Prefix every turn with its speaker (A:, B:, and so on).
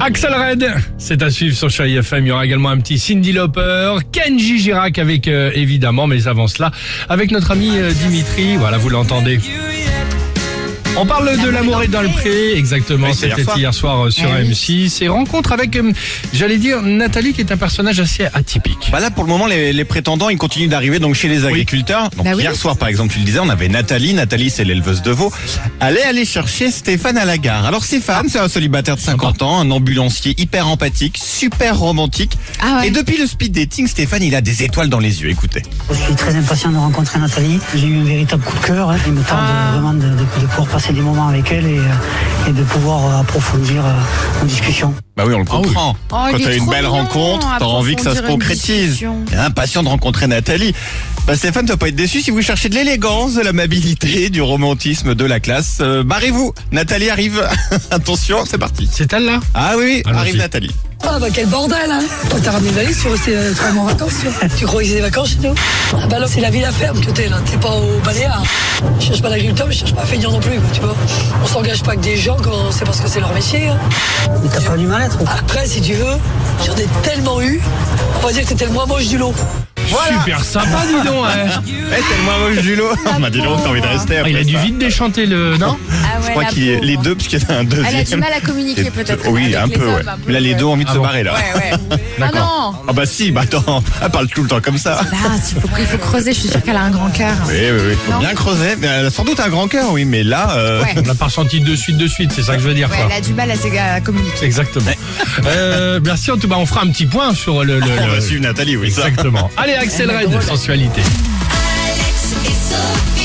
A: Axel Red, c'est à suivre sur Chérie FM. Il y aura également un petit Cindy Lauper, Kenji Girac avec euh, évidemment, mais avant cela, avec notre ami euh, Dimitri. Voilà, vous l'entendez. On parle de l'amour est dans le pré, exactement.
B: Oui, c'est
A: C'était
B: hier soir. Eh
A: hier soir euh, sur
C: Ah oui.
A: M6. Et rencontre avec, euh, j'allais dire, Nathalie, qui est un personnage assez atypique.
B: Bah là, pour le moment, les, les prétendants, ils continuent d'arriver donc chez les agriculteurs. Donc,
C: Bah oui.
B: hier soir, par exemple, tu le disais, on avait Nathalie. Nathalie, c'est l'éleveuse de veaux. Allez, aller chercher Stéphane à la gare. Alors, Stéphane, c'est un célibataire de 50 ans, un ambulancier hyper empathique, super romantique.
C: Ah ouais.
B: Et depuis le speed dating, Stéphane, il a des étoiles dans les yeux. Écoutez.
D: Je suis très impatient de rencontrer Nathalie. J'ai eu un véritable coup de cœur. hein. Il me tarde vraiment de, de- de pouvoir passer des moments avec elle et, euh, et de pouvoir euh, approfondir euh, nos discussions.
B: Bah oui, on le
A: Ah
B: comprend.
C: Oh, il
B: Quand
C: est
B: t'as une
C: trop
B: belle
C: mignon,
B: rencontre, t'as envie que ça se
C: approfondir une
B: concrétise.
C: discussion.
B: T'es impatient de rencontrer Nathalie. Bah Stéphane, doit pas être déçu si vous cherchez de l'élégance, de l'amabilité, du romantisme, de la classe. euh, Barrez-vous, Nathalie arrive. Attention, c'est parti.
A: C'est elle là
B: Ah oui, oui,
A: Allons-y.
B: arrive Nathalie.
E: Ah bah quel bordel hein Toi t'as ramené les valises, tu restais euh, trois mois en vacances toi. Tu crois que c'est des vacances chez nous Ah bah là c'est la ville à ferme que t'es là, t'es pas au Baléares. Je cherche pas l'agriculteur mais je cherche pas à finir non plus quoi, tu vois. On s'engage pas que des gens quand on sait pas ce que c'est leur métier. hein.
D: Mais t'as pas du mal-être ou quoi
E: Après si tu veux, j'en ai tellement eu, on va dire que c'était le moins moche du lot.
B: Voilà.
A: Super sympa, dis donc. hein.
B: Eh, t'es le moins moche du lot. On m'a dit non, t'as envie de rester.
A: Ah, il a
B: après
A: dû
B: ça.
A: vite déchanter le. Non
C: Ah ouais,
B: Je crois
C: la
B: qu'il est
C: pauvre.
B: les deux, parce qu'il y en a un deuxième.
C: Elle a du mal à communiquer
B: Et-
C: peut-être.
B: Oui,
C: avec
B: un
C: les
B: peu,
C: hommes,
B: ouais.
C: un peu,
B: Là, les
C: ouais.
B: deux ont envie de
A: Ah
B: se
A: bon.
B: barrer, là.
C: Ouais, ouais. ah
A: D'accord.
C: non
B: Ah bah si, bah attends, elle parle tout le temps comme ça.
C: Là, il faut, il faut creuser, je suis sûre qu'elle a un grand cœur.
B: Oui, oui, oui. Faut
C: Non.
B: bien creuser. Mais elle a sans doute un grand cœur, oui, mais là... euh,
C: Ouais.
A: On l'a pas ressenti de suite, de suite, c'est ça que je veux dire.
C: Ouais,
A: quoi.
C: elle a du mal à, se- à communiquer.
A: Exactement. Euh, merci en tout cas, on fera un petit point sur le. le-
B: On va
A: le-
B: suivre Nathalie, oui, ça.
A: Exactement. Allez, Axel Red, sensualité.
F: Alex et Sophie.